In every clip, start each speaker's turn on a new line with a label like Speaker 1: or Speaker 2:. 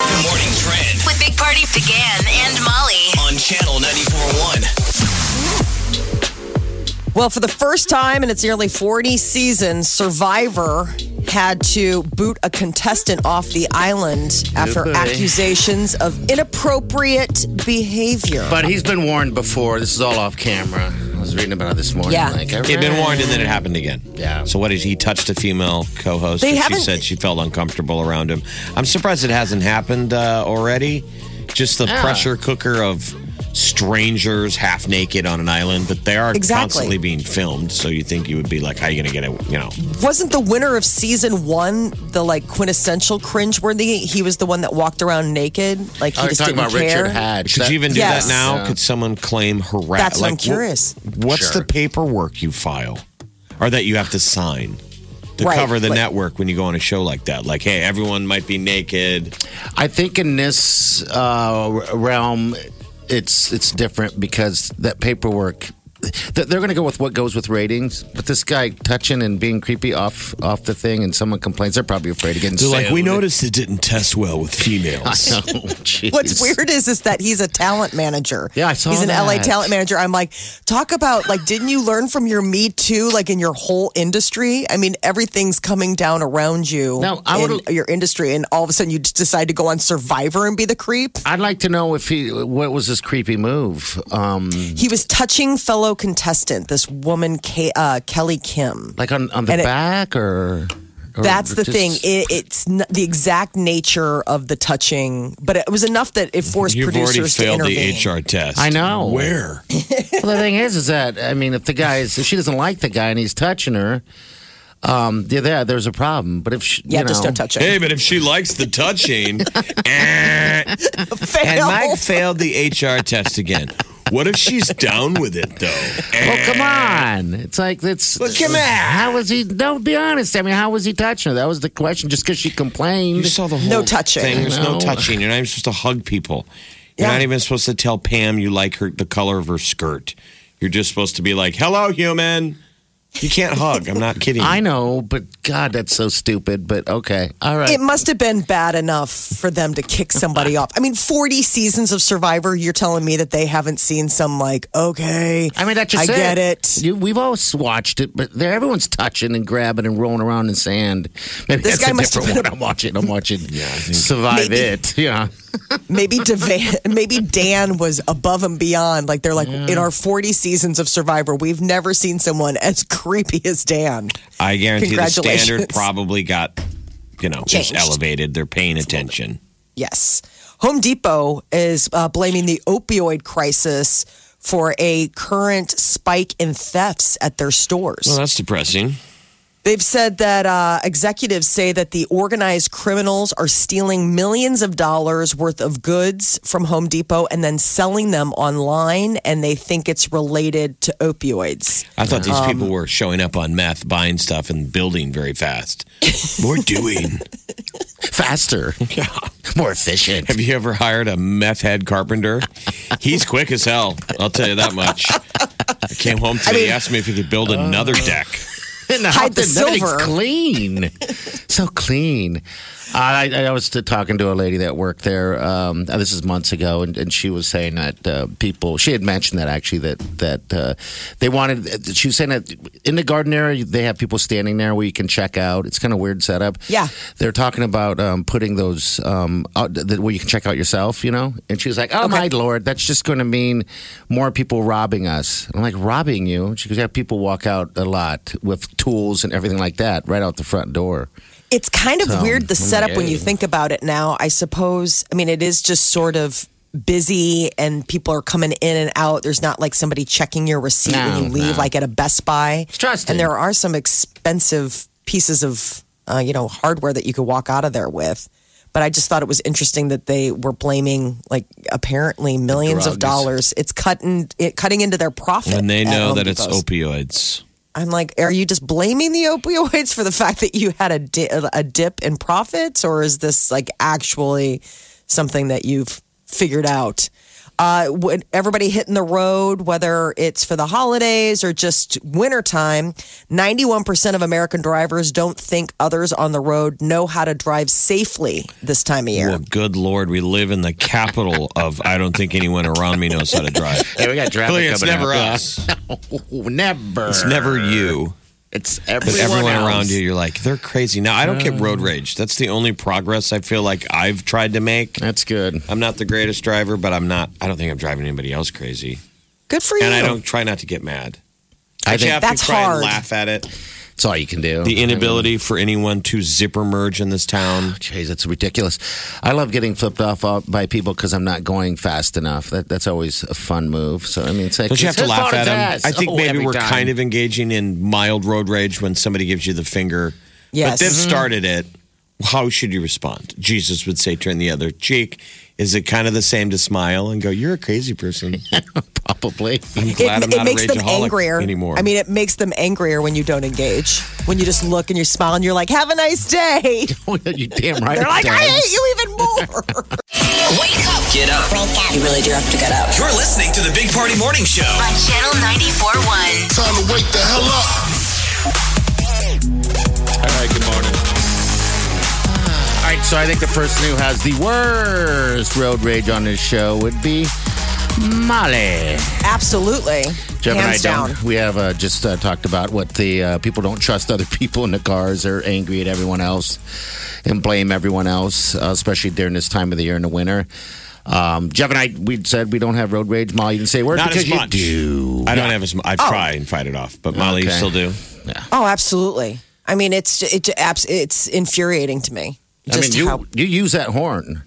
Speaker 1: Good morning, Trend
Speaker 2: with Big Party began and Molly.
Speaker 1: on Channel 94.1.
Speaker 3: Well, for the first time in its nearly 40 seasons, Survivor had to boot a contestant off the island after
Speaker 4: Yippee.
Speaker 3: accusations of inappropriate behavior.
Speaker 4: But he's been warned before. This is all off camera. I was reading about it this morning.
Speaker 3: Yeah.
Speaker 4: Like, all
Speaker 5: He'd been
Speaker 4: right.
Speaker 5: warned, and then it happened again.
Speaker 4: Yeah.
Speaker 5: So what did he touched a female co-host?
Speaker 3: They
Speaker 5: and she
Speaker 3: haven't-
Speaker 5: said she felt uncomfortable around him. I'm surprised it hasn't happened uh, already. Just the pressure cooker of strangers half naked on an island, but they are
Speaker 3: Exactly.
Speaker 5: constantly being filmed. So you think you would be like, how are you going to get it? You know,
Speaker 3: Wasn't the winner of season one the like quintessential cringeworthy? He was the one that walked around naked, like he
Speaker 4: Oh, you're
Speaker 3: just
Speaker 4: talking
Speaker 3: didn't
Speaker 4: about
Speaker 3: care.
Speaker 4: Richard Hatch.
Speaker 5: should
Speaker 4: That-
Speaker 5: you even do
Speaker 3: Yes.
Speaker 5: that now?
Speaker 4: Yeah.
Speaker 5: Could someone claim harassment?
Speaker 3: That's what I'm curious.
Speaker 5: What's
Speaker 4: Sure.
Speaker 5: the paperwork you file, or that you have to sign? To
Speaker 3: Right,
Speaker 5: cover the
Speaker 3: but-
Speaker 5: network when you go on a show like that, like, hey, everyone might be naked.
Speaker 4: I think in this uh, realm, it's it's different because that paperwork. th- They're going to go with what goes with ratings, but this guy touching and being creepy off off the thing, and someone complains, they're probably afraid of getting.
Speaker 5: They're like, we
Speaker 4: sued."
Speaker 5: noticed it didn't test well with females.
Speaker 4: Oh, jeez.
Speaker 3: What's weird is is that he's a talent manager.
Speaker 4: Yeah, I saw
Speaker 3: He's an LA
Speaker 4: that.
Speaker 3: talent manager. I'm like, talk about like, didn't you learn from your Me Too? Like in your whole industry, I mean, everything's coming down around you.
Speaker 4: No, I
Speaker 3: in
Speaker 4: would've-
Speaker 3: your industry, and all of a sudden you just decide to go on Survivor and be the creep.
Speaker 4: I'd like to know if he what was his creepy move. Um,
Speaker 3: He was touching fellow contestant, this woman K- uh, Kelly Kim.
Speaker 4: like on on the
Speaker 3: And it-
Speaker 4: back or, or
Speaker 3: That's the
Speaker 4: just-
Speaker 3: thing. It, it's n- the exact nature of the touching, but it was enough that it forced
Speaker 5: You've already
Speaker 3: producers
Speaker 5: failed
Speaker 3: to
Speaker 5: the
Speaker 3: intervene.
Speaker 5: HR test.
Speaker 4: I know.
Speaker 5: Where?
Speaker 4: Well, the thing is, is that I mean, if the guy is, if she doesn't like the guy and he's touching her, um, yeah, there, there's a problem. But if she,
Speaker 3: Yeah,
Speaker 4: you know,
Speaker 3: just don't touch it.
Speaker 5: Hey, but if she likes the touching, eh. and
Speaker 3: Fail.
Speaker 5: Mike failed the HR test again. What if she's down with it though?
Speaker 4: Oh
Speaker 5: Eh.
Speaker 4: come on! It's like it's.
Speaker 5: Look at that.
Speaker 4: How was he? Don't be honest. I mean, how was he touching her? That was the question. Just because she
Speaker 5: You
Speaker 4: complained.
Speaker 5: saw the whole
Speaker 3: No touching.
Speaker 5: thing. There's no
Speaker 4: No.
Speaker 5: touching. You're not even supposed to hug people. You're
Speaker 3: Yeah.
Speaker 5: not even supposed to tell Pam you like her the color of her skirt. You're just supposed to be like, "Hello, human." You can't hug. I'm not kidding.
Speaker 4: I know, but God, that's so stupid. But okay, all right.
Speaker 3: It must have been bad enough for them to kick somebody off. I mean, 40 seasons of Survivor, you're telling me that they haven't seen some, like, okay.
Speaker 4: I mean, that's just
Speaker 3: I get it.
Speaker 4: You, we've all watched it, but there, everyone's touching and grabbing and rolling around in sand. Maybe
Speaker 3: This
Speaker 4: that's
Speaker 3: guy
Speaker 4: a
Speaker 3: must have
Speaker 4: different one. I'm watching. I'm watching. yeah, survive it. Yeah.
Speaker 3: Maybe, Devan, maybe Dan was above and beyond. Like, they're like, in our 40 seasons of Survivor, we've never seen someone as creepy as Dan.
Speaker 5: I guarantee the
Speaker 3: Congratulations.
Speaker 5: standard probably got, you know, just
Speaker 3: Changed.
Speaker 5: elevated. They're paying attention.
Speaker 3: Yes. Home Depot is uh, blaming the opioid crisis for a current spike in thefts at their stores.
Speaker 5: Well, that's depressing.
Speaker 3: They've said that uh, executives say that the organized criminals are stealing millions of dollars worth of goods from Home Depot and then selling them online, and they think it's related to opioids.
Speaker 5: I thought
Speaker 3: Um,
Speaker 5: these people were showing up on meth, buying stuff, and building very fast. More doing.
Speaker 4: faster, more efficient.
Speaker 5: Have you ever hired a meth head carpenter? He's quick as hell. I'll tell you that much. I came home today. he asked me if he could build another
Speaker 3: uh,
Speaker 5: deck.
Speaker 4: And
Speaker 3: Hide the
Speaker 4: nothing's
Speaker 3: silver.
Speaker 4: Clean, so clean. I, I was talking to a lady that worked there. Um, this is months ago, and, and she was saying that uh, people. She had mentioned that actually that that uh, they wanted. uh, She was saying that in the garden area they have people standing there where you can check out. It's kind of weird setup.
Speaker 3: Yeah.
Speaker 4: they're talking about um, putting those um, out, that where you can check out yourself. You know, and she was like, "Oh my lord, that's just going to mean more people robbing us." And I'm like, "Robbing you?" And She goes, "Yeah, people walk out a lot with tools and everything like that right out the front door."
Speaker 3: It's kind of weird the
Speaker 4: I'm
Speaker 3: setup
Speaker 4: like,
Speaker 3: when you
Speaker 4: hey.
Speaker 3: think about it now. I suppose, I mean, it is just sort of busy and people are coming in and out. There's not like somebody checking your receipt when you
Speaker 4: No,
Speaker 3: leave,
Speaker 4: no.
Speaker 3: like at a Best Buy.
Speaker 4: trusted.
Speaker 3: And there are some expensive pieces of, uh, you know, hardware that you could walk out of there with. But I just thought it was interesting that they were blaming like apparently millions of
Speaker 4: drugs.
Speaker 3: dollars. It's cutting it cutting into their profit.
Speaker 5: When they
Speaker 3: at
Speaker 5: know
Speaker 3: Home
Speaker 5: that it's
Speaker 3: Depots.
Speaker 5: opioids.
Speaker 3: I'm like, are you just blaming the opioids for the fact that you had a di- a dip in profits, or is this like actually something that you've figured out? Uh, when everybody hitting the road, whether it's for the holidays or just wintertime, 91% of American drivers don't think others on the road know how to drive safely this time of year.
Speaker 5: Well, good Lord, we live in the capital of I don't think anyone around me knows how to drive.
Speaker 4: Hey, we got traffic
Speaker 5: Clearly, it's
Speaker 4: coming
Speaker 5: never
Speaker 4: up.
Speaker 5: us.
Speaker 4: never.
Speaker 5: It's never you.
Speaker 4: It's
Speaker 5: But
Speaker 4: everyone,
Speaker 5: everyone
Speaker 4: else.
Speaker 5: around you, you're like, they're crazy. Now, I don't get road rage. That's the only progress I feel like I've tried to make.
Speaker 4: That's good.
Speaker 5: I'm not the greatest driver, but I'm not, I don't think I'm driving anybody else crazy.
Speaker 3: Good for you.
Speaker 5: And I don't try not to get mad.
Speaker 4: I
Speaker 5: I actually
Speaker 4: think
Speaker 5: have to
Speaker 3: That's
Speaker 5: try
Speaker 3: hard.
Speaker 5: and laugh at it.
Speaker 4: that's all you can do.
Speaker 5: The inability for anyone to zipper merge in this town.
Speaker 4: Jeez, that's ridiculous. I love getting flipped off uh, by people because I'm not going fast enough. That, that's always a fun move. So I mean, it's like,
Speaker 5: Don't you have
Speaker 4: it's
Speaker 5: to
Speaker 4: his
Speaker 5: laugh
Speaker 4: fault,
Speaker 5: at
Speaker 4: it's
Speaker 5: them? I
Speaker 4: us.
Speaker 5: think
Speaker 4: Oh,
Speaker 5: maybe
Speaker 4: every
Speaker 5: we're
Speaker 4: time.
Speaker 5: kind of engaging in mild road rage when somebody gives you the finger.
Speaker 3: Yes. Mm-hmm.
Speaker 5: But they've started it. How should you respond? Jesus would say, turn the other cheek. Is it kind of the same to smile and go, you're a crazy person?
Speaker 4: probably.
Speaker 5: I'm glad
Speaker 3: it,
Speaker 5: I'm not
Speaker 3: it makes
Speaker 5: a
Speaker 3: them
Speaker 5: rageaholic
Speaker 3: angrier
Speaker 5: anymore.
Speaker 3: I mean, it makes them angrier when you don't engage. When you just look and you smile and you're like, "Have a nice day."
Speaker 4: you damn right.
Speaker 3: They're
Speaker 4: it
Speaker 3: like, "I
Speaker 4: does.
Speaker 3: hate you even more."
Speaker 2: Wake up
Speaker 1: Get up.
Speaker 6: You really do have to get up.
Speaker 1: You're listening to the Big Party Morning Show.
Speaker 2: on Channel 94.1.
Speaker 7: Time to wake the hell up.
Speaker 4: All right, good morning. All right, so I think the person who has the worst road rage on this show would be Molly.
Speaker 3: Absolutely,
Speaker 4: Gemini
Speaker 3: hands down.
Speaker 4: don't. We have uh, just uh, talked about what the uh, people don't trust other people in the cars. They're angry at everyone else and blame everyone else, uh, especially during this time of the year in the winter. Um, Jeff and I, we said we don't have road rage. Molly, you can say we're
Speaker 5: not
Speaker 4: because
Speaker 5: as much.
Speaker 4: you do.
Speaker 5: I don't have as much. I try and fight it off, but Molly, you
Speaker 4: Okay.
Speaker 5: still do.
Speaker 3: Oh, absolutely. I mean, it's it, abs- it's infuriating to me.
Speaker 4: I mean,
Speaker 3: Just
Speaker 4: you,
Speaker 3: how
Speaker 4: you use that horn.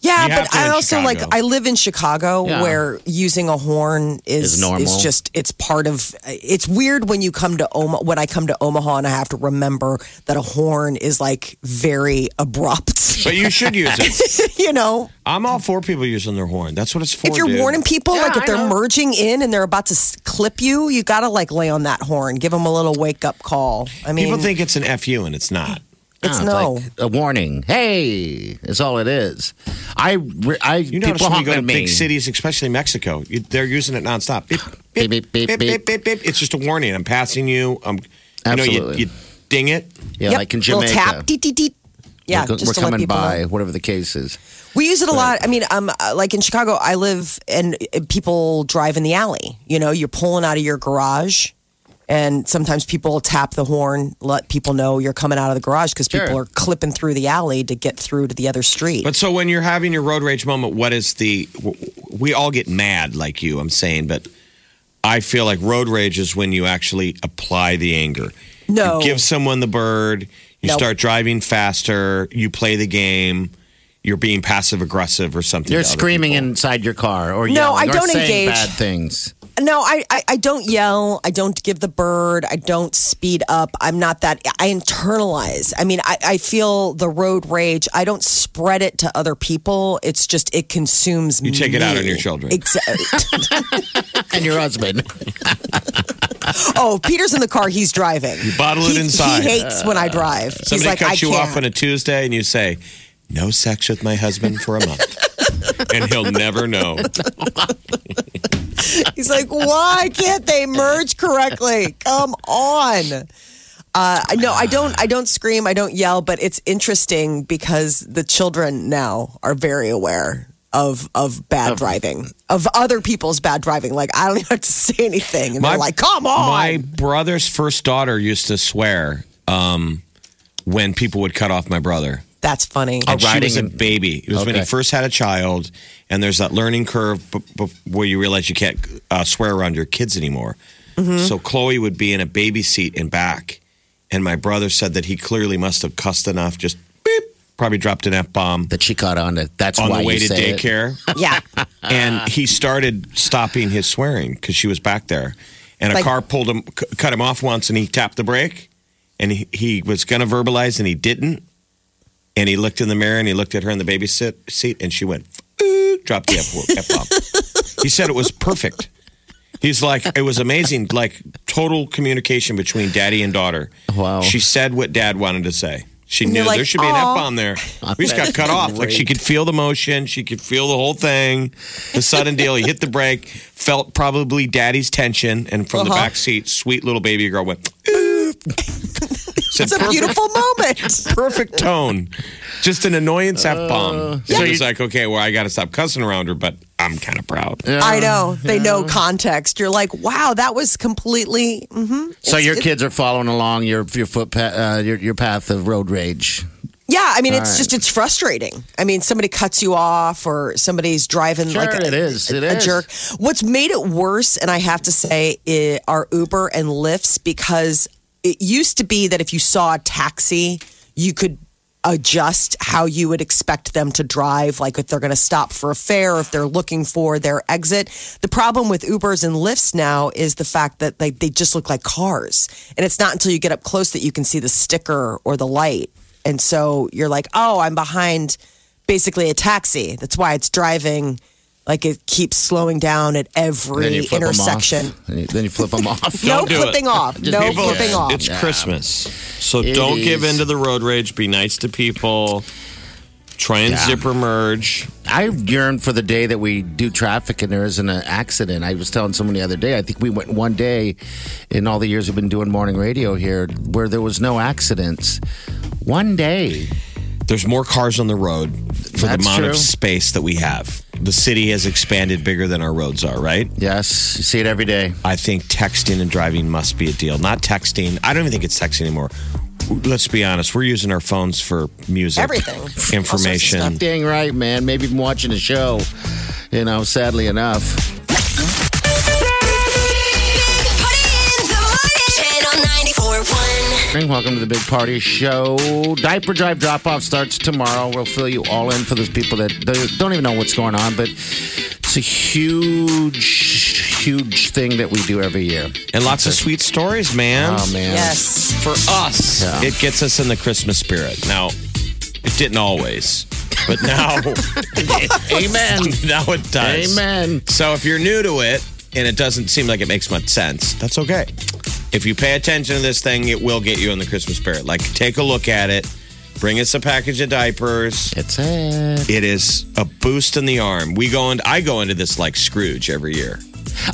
Speaker 3: Yeah,
Speaker 5: You have
Speaker 3: but
Speaker 5: to
Speaker 3: I
Speaker 5: in
Speaker 3: also like
Speaker 5: Chicago.
Speaker 3: I live in Chicago
Speaker 4: Yeah.
Speaker 3: where using a horn is
Speaker 4: Is normal.
Speaker 3: is just it's part of it's weird when you come to Omaha when I come to Omaha and I have to remember that a horn is like very abrupt.
Speaker 5: But you should use it.
Speaker 3: you know,
Speaker 5: I'm all for people using their horn. That's what it's for.
Speaker 3: if you're
Speaker 5: dude.
Speaker 3: warning people like
Speaker 4: Yeah,
Speaker 3: if
Speaker 4: I
Speaker 3: they're
Speaker 4: know.
Speaker 3: merging in and they're about to s- clip you, you got to like lay on that horn, give them a little wake up call. I mean,
Speaker 5: people think it's an FU and it's not.
Speaker 3: it's no.
Speaker 4: Ah, like a warning. Hey, that's all it is. I, re- I,
Speaker 5: You
Speaker 4: people
Speaker 5: notice when you
Speaker 4: honk
Speaker 5: go to
Speaker 4: at me.
Speaker 5: big cities, especially Mexico, you, they're using it nonstop. Beep, beep,
Speaker 4: Beep, beep, beep, beep.
Speaker 5: beep. It's just a warning. I'm passing you. I'm, you know, you,
Speaker 4: Absolutely.
Speaker 5: you ding it.
Speaker 4: yeah,
Speaker 3: Yep,
Speaker 4: like in
Speaker 3: little
Speaker 4: Jamaica.
Speaker 3: tap, deet, deet, deet. Yeah,
Speaker 4: we're, co-
Speaker 3: just
Speaker 4: we're
Speaker 3: to let
Speaker 4: coming
Speaker 3: people know.
Speaker 4: by, whatever the case is.
Speaker 3: We use it a lot. I mean, um, uh, like in Chicago, I live and uh, people drive in the alley. You know, you're pulling out of your garage, and sometimes people tap the horn, let people know you're coming out of the garage because people
Speaker 4: Sure.
Speaker 3: are clipping through the alley to get through to the other street.
Speaker 5: But so when you're having your road rage moment, what is the? w- We all get mad like you. I'm saying, but I feel like road rage is when you actually apply the anger.
Speaker 3: no,
Speaker 5: You give someone the bird. You
Speaker 3: Nope.
Speaker 5: start driving faster. You play the game. You're being passive aggressive or something.
Speaker 4: You're
Speaker 5: to other
Speaker 4: screaming
Speaker 5: people.
Speaker 4: inside your car or
Speaker 3: No,
Speaker 4: yelling
Speaker 3: I
Speaker 4: or
Speaker 3: don't
Speaker 4: saying
Speaker 3: engage.
Speaker 4: bad things.
Speaker 3: no, I, I, I don't yell. I don't give the bird. I don't speed up. I'm not that. I internalize. I mean, I, I feel the road rage. I don't spread it to other people. It's just it consumes me.
Speaker 5: You take it out on your children.
Speaker 3: Exactly.
Speaker 4: And your husband.
Speaker 3: Oh, Peter's in the car. He's driving. You
Speaker 5: bottle it
Speaker 3: he,
Speaker 5: inside.
Speaker 3: He hates when I drive. He's
Speaker 5: Somebody
Speaker 3: like,
Speaker 5: cuts
Speaker 3: I
Speaker 5: you
Speaker 3: can't.
Speaker 5: off on a Tuesday and you say, "No sex with my husband for a month," and he'll never know.
Speaker 3: He's like, why can't they merge correctly? Come on. Uh, I- no, I don't. I don't scream. I don't yell. But it's interesting because the children now are very aware of of bad driving, of other people's bad driving. Like I don't even have to say anything, and they're like, "Come on!"
Speaker 5: My brother's first daughter used to swear um, when people would cut off my brother.
Speaker 3: That's funny.
Speaker 4: Oh,
Speaker 5: And she was a
Speaker 4: riding-
Speaker 5: baby. It was when he
Speaker 4: Okay.
Speaker 5: first had a child, and there's that learning curve b- b- where you realize you can't uh, swear around your kids anymore.
Speaker 3: Mm-hmm.
Speaker 5: So Chloe would be in a baby seat and back, and my brother said that he clearly must have cussed enough, just beep, probably dropped an f bomb
Speaker 4: That she caught on to. That's
Speaker 5: on
Speaker 4: why
Speaker 5: the way
Speaker 4: you
Speaker 5: to
Speaker 4: say it.
Speaker 5: daycare.
Speaker 3: Yeah,
Speaker 5: and he started stopping his swearing because she was back there, and a
Speaker 3: Like-
Speaker 5: car pulled him, c- cut him off once, and he tapped the brake, and he, he was going to verbalize, and he didn't, And he looked in the mirror and he looked at her in the baby sit, seat and she went, "Ooh," dropped the F bomb. he said it was perfect. He's like, it was amazing, like total communication between daddy and daughter.
Speaker 4: Wow.
Speaker 5: She said what dad wanted to say. She knew
Speaker 3: you're like,
Speaker 5: there should be an
Speaker 3: "Aw."
Speaker 5: F bomb there. We just got
Speaker 4: That's
Speaker 5: cut off. Like she could feel the motion. She could feel the whole thing. The sudden deal. He hit the brake, felt probably daddy's tension, and from the
Speaker 3: Uh-huh.
Speaker 5: back seat, sweet little baby girl went, "Ooh." Said,
Speaker 3: It's a
Speaker 5: "Perfect
Speaker 3: beautiful moment.
Speaker 5: perfect tone. Just an annoyance F bomb.
Speaker 4: Uh,
Speaker 5: so he's like, okay, well, I got to stop cussing around her, but I'm kind of proud.
Speaker 3: I know. They know context. You're like, wow, that was completely. hmm
Speaker 4: So your kids are following along your your footpath, uh, your your path of road rage.
Speaker 3: Yeah, I mean, it's
Speaker 4: right.
Speaker 3: just it's frustrating. I mean, somebody cuts you off, or somebody's driving
Speaker 4: Sure,
Speaker 3: like a,
Speaker 4: it is. It
Speaker 3: a
Speaker 4: is.
Speaker 3: jerk. What's made it worse, and I have to say, i are Uber and Lyfts because it used to be that if you saw a taxi, you could adjust how you would expect them to drive, like if they're going to stop for a fare, if they're looking for their exit. The problem with Ubers and Lyfts now is the fact that they, they just look like cars. And it's not until you get up close that you can see the sticker or the light. And so you're like, oh, I'm behind basically a taxi. That's why it's driving. Like it keeps slowing down at
Speaker 4: Then
Speaker 3: every
Speaker 4: you flip 'em off.
Speaker 3: intersection.
Speaker 4: Then you- Then you flip them off.
Speaker 3: No
Speaker 5: Don't do it.
Speaker 3: flipping off.
Speaker 4: Just
Speaker 3: No
Speaker 4: be
Speaker 5: People,
Speaker 3: flipping
Speaker 4: it's-
Speaker 3: off.
Speaker 5: It's
Speaker 4: Yeah.
Speaker 5: Christmas. So
Speaker 4: It
Speaker 5: don't
Speaker 4: is.
Speaker 5: give in to the road rage. Be nice to people. Try and
Speaker 4: Yeah.
Speaker 5: zipper merge.
Speaker 4: I yearn for the day that we do traffic and there isn't an accident. I was telling someone the other day, I think we went one day in all the years we've been doing morning radio here where there was no accidents. One day.
Speaker 5: There's more cars on the road for the
Speaker 4: That's
Speaker 5: amount
Speaker 4: true.
Speaker 5: of space that we have. The city has expanded bigger than our roads are, right?
Speaker 4: Yes, you see it every day.
Speaker 5: I think texting and driving must be a deal. Not texting. I don't even think it's texting anymore. Let's be honest. We're using our phones for music,
Speaker 3: Everything. All sorts of
Speaker 5: information.
Speaker 4: Stop dang right, man. Maybe even watching a show, you know, sadly enough.
Speaker 2: Big Party in the morning. Channel 94.1.
Speaker 4: morning. Welcome to the Big Party Show. Diaper drive drop off starts tomorrow. We'll fill you all in for those people that don't- don't even know what's going on, but it's a huge, huge thing that we do every year.
Speaker 5: And lots of sweet stories, man.
Speaker 4: Oh, man.
Speaker 3: Yes.
Speaker 5: For us,
Speaker 4: Yeah.
Speaker 5: it gets us in the Christmas spirit. Now, it didn't always, but now,
Speaker 4: Amen.
Speaker 5: now it does.
Speaker 4: Amen.
Speaker 5: So if you're new to it and it doesn't seem like it makes much sense, that's okay. If you pay attention to this thing, it will get you in the Christmas spirit. Like, take a look at it. Bring us a package of diapers.
Speaker 4: It's it.
Speaker 5: It is a boost in the arm. We go into I go into this like Scrooge every year.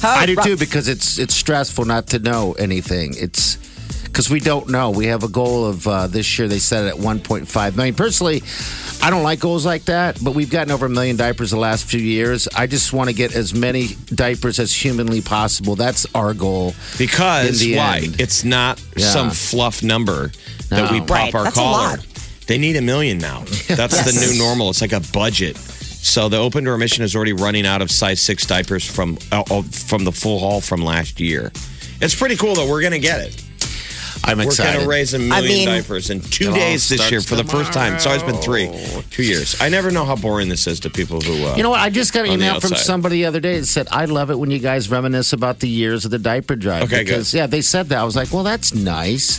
Speaker 4: I do too because it's it's stressful not to know anything. It's because we don't know. We have a goal of uh, this year. They set it at 1.5 million. Personally, I don't like goals like that. But we've gotten over a million diapers the last few years. I just want to get as many diapers as humanly possible. That's our goal.
Speaker 5: Because
Speaker 4: In the
Speaker 5: why?
Speaker 4: end.
Speaker 5: It's not
Speaker 4: Yeah.
Speaker 5: some fluff number
Speaker 4: No.
Speaker 5: that we pop
Speaker 3: Right.
Speaker 5: our
Speaker 3: That's a
Speaker 5: collar.
Speaker 3: lot.
Speaker 5: They need a million now. That's the
Speaker 3: Yes.
Speaker 5: new normal. It's like a budget. So the open door mission is already running out of size six diapers from uh, uh, from the full haul from last year. It's pretty cool though. We're gonna get it.
Speaker 4: I'm
Speaker 5: We're
Speaker 4: excited.
Speaker 5: gonna raise a million
Speaker 3: mean-
Speaker 5: diapers in two
Speaker 4: It all
Speaker 5: days this
Speaker 4: starts
Speaker 5: year for the first time. It's always been three, two years. I never know how boring this is to people who. Uh,
Speaker 4: you know what? I just got an
Speaker 5: On the
Speaker 4: email from
Speaker 5: outside.
Speaker 4: somebody the other day that said, "I love it when you guys reminisce about the years of the diaper drive."
Speaker 5: Okay, good.
Speaker 4: because yeah, they said that. I was like, "Well, that's nice."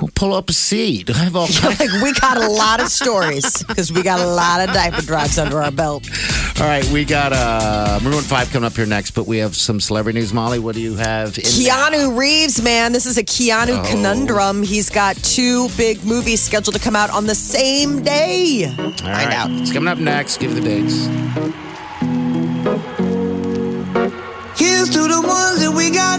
Speaker 4: Well, pull up a seat. I have all kinds.
Speaker 3: Like we got a lot of stories because we got a lot of diaper drives under our belt.
Speaker 4: All right, we got uh, Maroon 5 coming up here next, but we have some celebrity news. Molly, what do you have? In
Speaker 3: Keanu Reeves, man, this is a Keanu
Speaker 4: Oh.
Speaker 3: conundrum. He's got two big movies scheduled to come out on the same day.
Speaker 4: All right,
Speaker 3: Find out.
Speaker 4: It's coming up next. Give the dates.
Speaker 6: Here's to the ones that we got.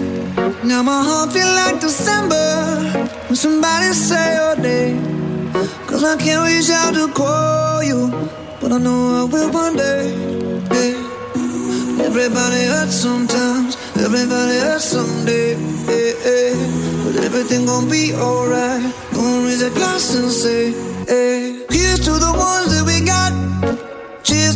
Speaker 6: Now my heart feel like December when somebody say your name. Cause I can't reach out to call you, but I know I will one day. Hey. Everybody hurts sometimes, everybody hurts someday. Hey, hey. But everything gon' be alright. Gonna raise a glass and say, hey. Here's to the ones that we got. Cheers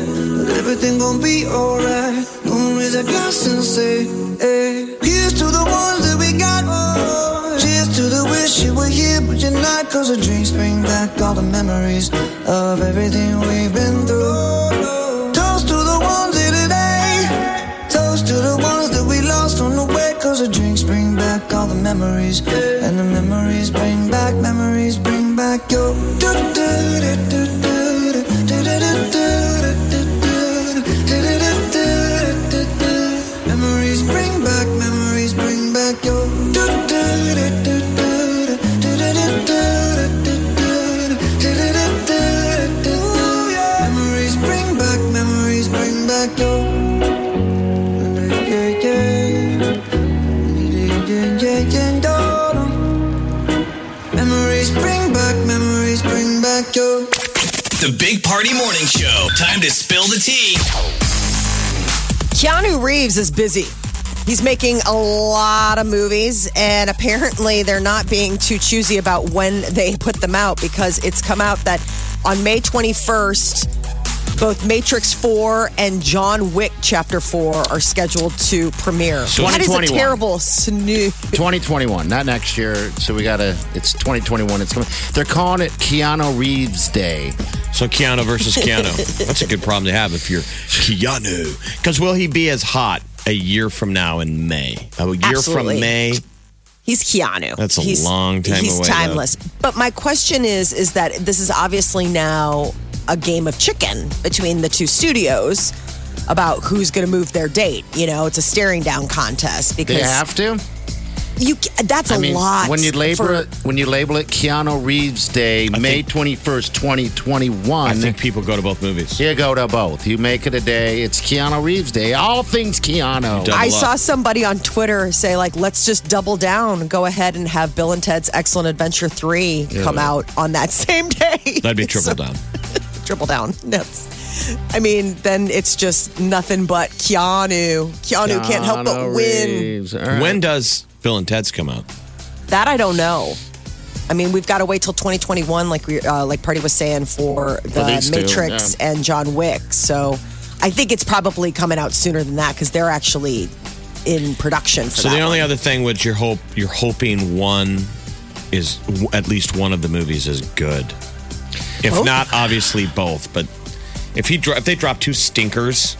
Speaker 6: But everything gonna be alright. Gonna raise a glass and say, hey. Here's to the ones that we got. Cheers to the wish you were here, but you're not. Cause the dreams bring back all the memories of everything we've been through. Toast to the ones here today. Toast to the ones that we lost on the way. Cause the drinks bring back all the memories. And the memories bring back, memories bring back your. Do, do, do, do, do, do, do, do, do, do, do, do, do, do, do, do. Memories bring back, memories bring back your. Do, do, do, do, do, do, do, do, do, do, do, do, do, do, do, do. Memories bring back, memories bring back your. Yeah, yeah. Memories bring back, memories bring back your.
Speaker 1: The Big Party Morning Show. Time to spill the tea.
Speaker 3: Keanu Reeves is busy. He's making a lot of movies, and apparently they're not being too choosy about when they put them out because it's come out that on May 21st, both Matrix 4 and John Wick Chapter 4 are scheduled to premiere. That is a
Speaker 4: 2021.
Speaker 3: terrible snoo.
Speaker 4: 2021, not next year. So we gotta. It's 2021. It's coming. They're calling it Keanu Reeves Day.
Speaker 5: So Keanu versus Keanu. That's a good problem to have if you're Keanu. Because will he be as hot a year from now in May? A year
Speaker 3: Absolutely.
Speaker 5: from May.
Speaker 3: He's Keanu.
Speaker 5: That's a
Speaker 3: he's,
Speaker 5: long time
Speaker 3: He's
Speaker 5: away, though.
Speaker 3: timeless. But my question is, is that this is obviously now a game of chicken between the two studios about who's going to move their date. You know, it's a staring down contest
Speaker 4: They
Speaker 3: because
Speaker 4: have to.
Speaker 3: you. ca- That's a
Speaker 4: I mean,
Speaker 3: lot.
Speaker 4: when you label
Speaker 3: for-
Speaker 4: it, when you label it Keanu Reeves Day, May twenty first, twenty twenty
Speaker 5: I
Speaker 4: one.
Speaker 5: think people go to both movies.
Speaker 4: You go to both. You make it a day. It's Keanu Reeves Day. All things Keanu.
Speaker 5: You
Speaker 3: I
Speaker 5: double
Speaker 3: saw
Speaker 5: up.
Speaker 3: somebody on Twitter say, like, let's just double down, go ahead and have Bill and Ted's Excellent Adventure 3 come out on that same day.
Speaker 5: That'd be
Speaker 3: So-
Speaker 5: triple down.
Speaker 3: triple down. That's, I mean, then it's just nothing but Keanu. Keanu, can't help but
Speaker 4: Keanu
Speaker 3: win.
Speaker 4: Reeves. All right.
Speaker 5: When does Bill and Ted's come out?
Speaker 3: That I don't know. I mean, we've got to wait till 2021, like we, uh, like Party was saying, for the
Speaker 4: these two,
Speaker 3: Matrix and John Wick. So, I think it's probably coming out sooner than that because they're actually in production for
Speaker 5: So
Speaker 3: that.
Speaker 5: the only
Speaker 3: one.
Speaker 5: other thing which you're hope you're hoping one is w- at least one of the movies is good. If
Speaker 3: Both?
Speaker 5: not, obviously both. But if he dro- if they drop two stinkers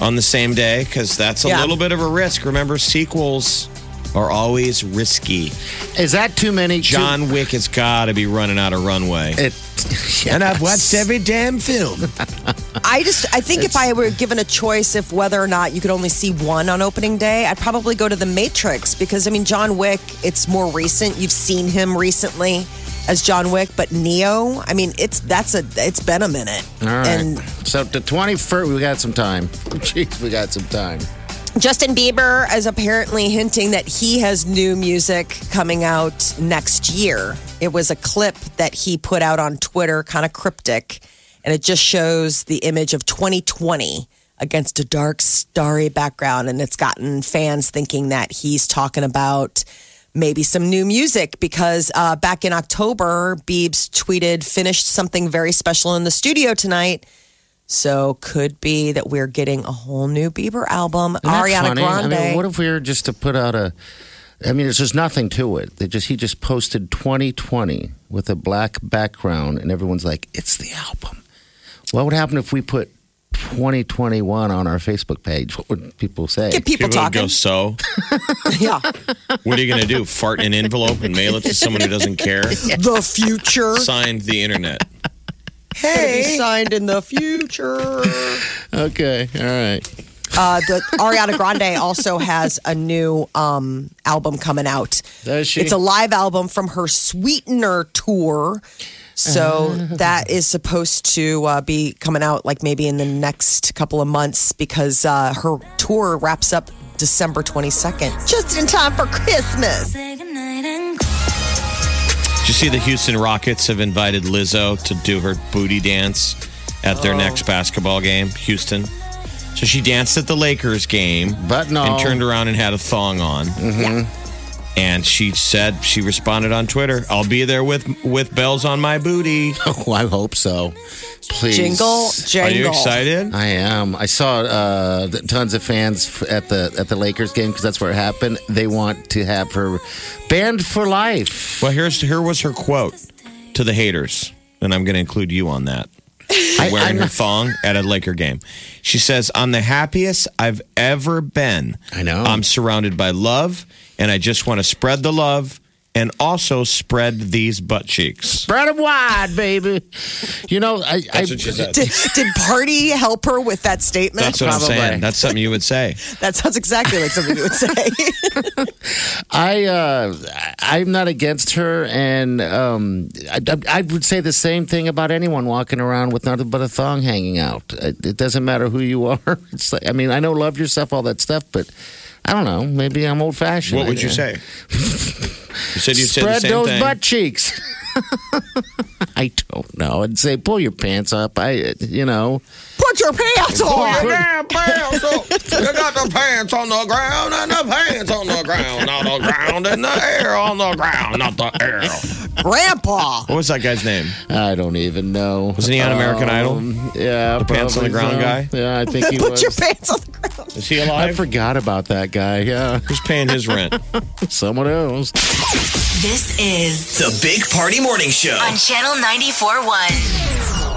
Speaker 5: on the same day, because that's a
Speaker 3: Yeah.
Speaker 5: little bit of a risk. Remember, sequels are always risky.
Speaker 4: is that too many? too-
Speaker 5: John Wick has got to be running out of runway.
Speaker 4: it, yes.
Speaker 5: damn film.
Speaker 3: I just, I think if I were given a choice if whether or not you could only see one on opening day, I'd probably go to the Matrix because I mean John Wick, it's more recent. You've seen him recently as John Wick, but Neo, I mean, it's that's a it's been a minute.
Speaker 4: All right.
Speaker 3: And
Speaker 4: so the twenty first, we got some time. Jeez, we got some time.
Speaker 3: Justin Bieber is apparently hinting that he has new music coming out next year. It was a clip that he put out on Twitter, kind of cryptic, and it just shows the image of 2020 against a dark, starry background. And it's gotten fans thinking that he's talking about maybe some new music because uh, back in October, Biebs tweeted, finished something very special in the studio tonight. So could be that we're getting a whole new Bieber album.
Speaker 4: Isn't that
Speaker 3: Ariana
Speaker 4: funny?
Speaker 3: Grande.
Speaker 4: I mean, what if we were just to put out a? I mean, there's just nothing to it. They just he just posted 2020 with a black background, and everyone's like, "It's the album." What would happen if we put 2021 on our Facebook page. What would people say?
Speaker 3: Get people
Speaker 5: would
Speaker 3: talking.
Speaker 5: go so.
Speaker 3: yeah.
Speaker 5: What are you going to do? Fart in an envelope and mail it to someone who doesn't care?
Speaker 3: The future.
Speaker 5: Signed the internet.
Speaker 3: Hey. Signed in the future.
Speaker 4: Okay, all right.
Speaker 3: Uh, the Ariana Grande also has a new um, album coming out.
Speaker 4: Does she?
Speaker 3: It's a live album from her Sweetener tour. So that is supposed to uh, be coming out like maybe in the next couple of months because uh, her tour wraps up December 22nd, just in time for Christmas.
Speaker 5: Did you see the Houston Rockets have invited Lizzo to do her booty dance at their next basketball game, Houston? So she danced at the Lakers game,
Speaker 4: But no.
Speaker 5: and turned around and had a thong on. And she said she responded on Twitter, "I'll be there with with bells on my booty."
Speaker 4: Oh, I hope so. Please.
Speaker 3: Jingle,
Speaker 5: Are
Speaker 3: jangle.
Speaker 5: you excited?
Speaker 4: I am. I saw uh, th- tons of fans f- at the at the Lakers game because that's where it happened. They want to have her banned for life.
Speaker 5: Well, here's here was her quote to the haters, and I'm going to include you on that. For wearing her thong at a Laker game. She says, "I'm the happiest I've ever been.
Speaker 4: I know.
Speaker 5: I'm surrounded by love, and I just want to spread the love." And also spread these butt cheeks.
Speaker 4: Spread 'em wide, baby. You know, I, I
Speaker 3: Did, did Party help her with that statement?
Speaker 5: That's what
Speaker 4: Probably.
Speaker 5: I'm saying. That's something you would say.
Speaker 3: that sounds exactly like something you would say.
Speaker 4: I uh, I'm not against her, and um, I, I would say the same thing about anyone walking around with nothing but a thong hanging out. It, it doesn't matter who you are. It's like I mean, I know love yourself, all that stuff, but I don't know. Maybe I'm old fashioned.
Speaker 5: What would you say? You said you
Speaker 4: Spread
Speaker 5: said the same
Speaker 4: those
Speaker 5: thing.
Speaker 4: butt cheeks. I don't know. I'd say pull your pants up. I you know.
Speaker 3: Put your pants on.
Speaker 5: Damn pants on- You got the pants on the ground and the pants on the ground, not the ground and the air on the ground, not the air.
Speaker 3: Grandpa.
Speaker 5: What was that guy's name?
Speaker 4: I don't even know. Um,
Speaker 5: Wasn't he on American Idol?
Speaker 4: Yeah, the
Speaker 5: pants on the ground guy?
Speaker 4: Yeah, I think he
Speaker 3: Put
Speaker 4: was.
Speaker 3: your pants on the ground.
Speaker 5: Is he
Speaker 4: I
Speaker 5: alive?
Speaker 4: forgot about that guy. Yeah,
Speaker 5: Who's paying his rent?
Speaker 4: someone else.
Speaker 2: This is
Speaker 1: The Big Party Morning Show.
Speaker 2: on Channel 94.1.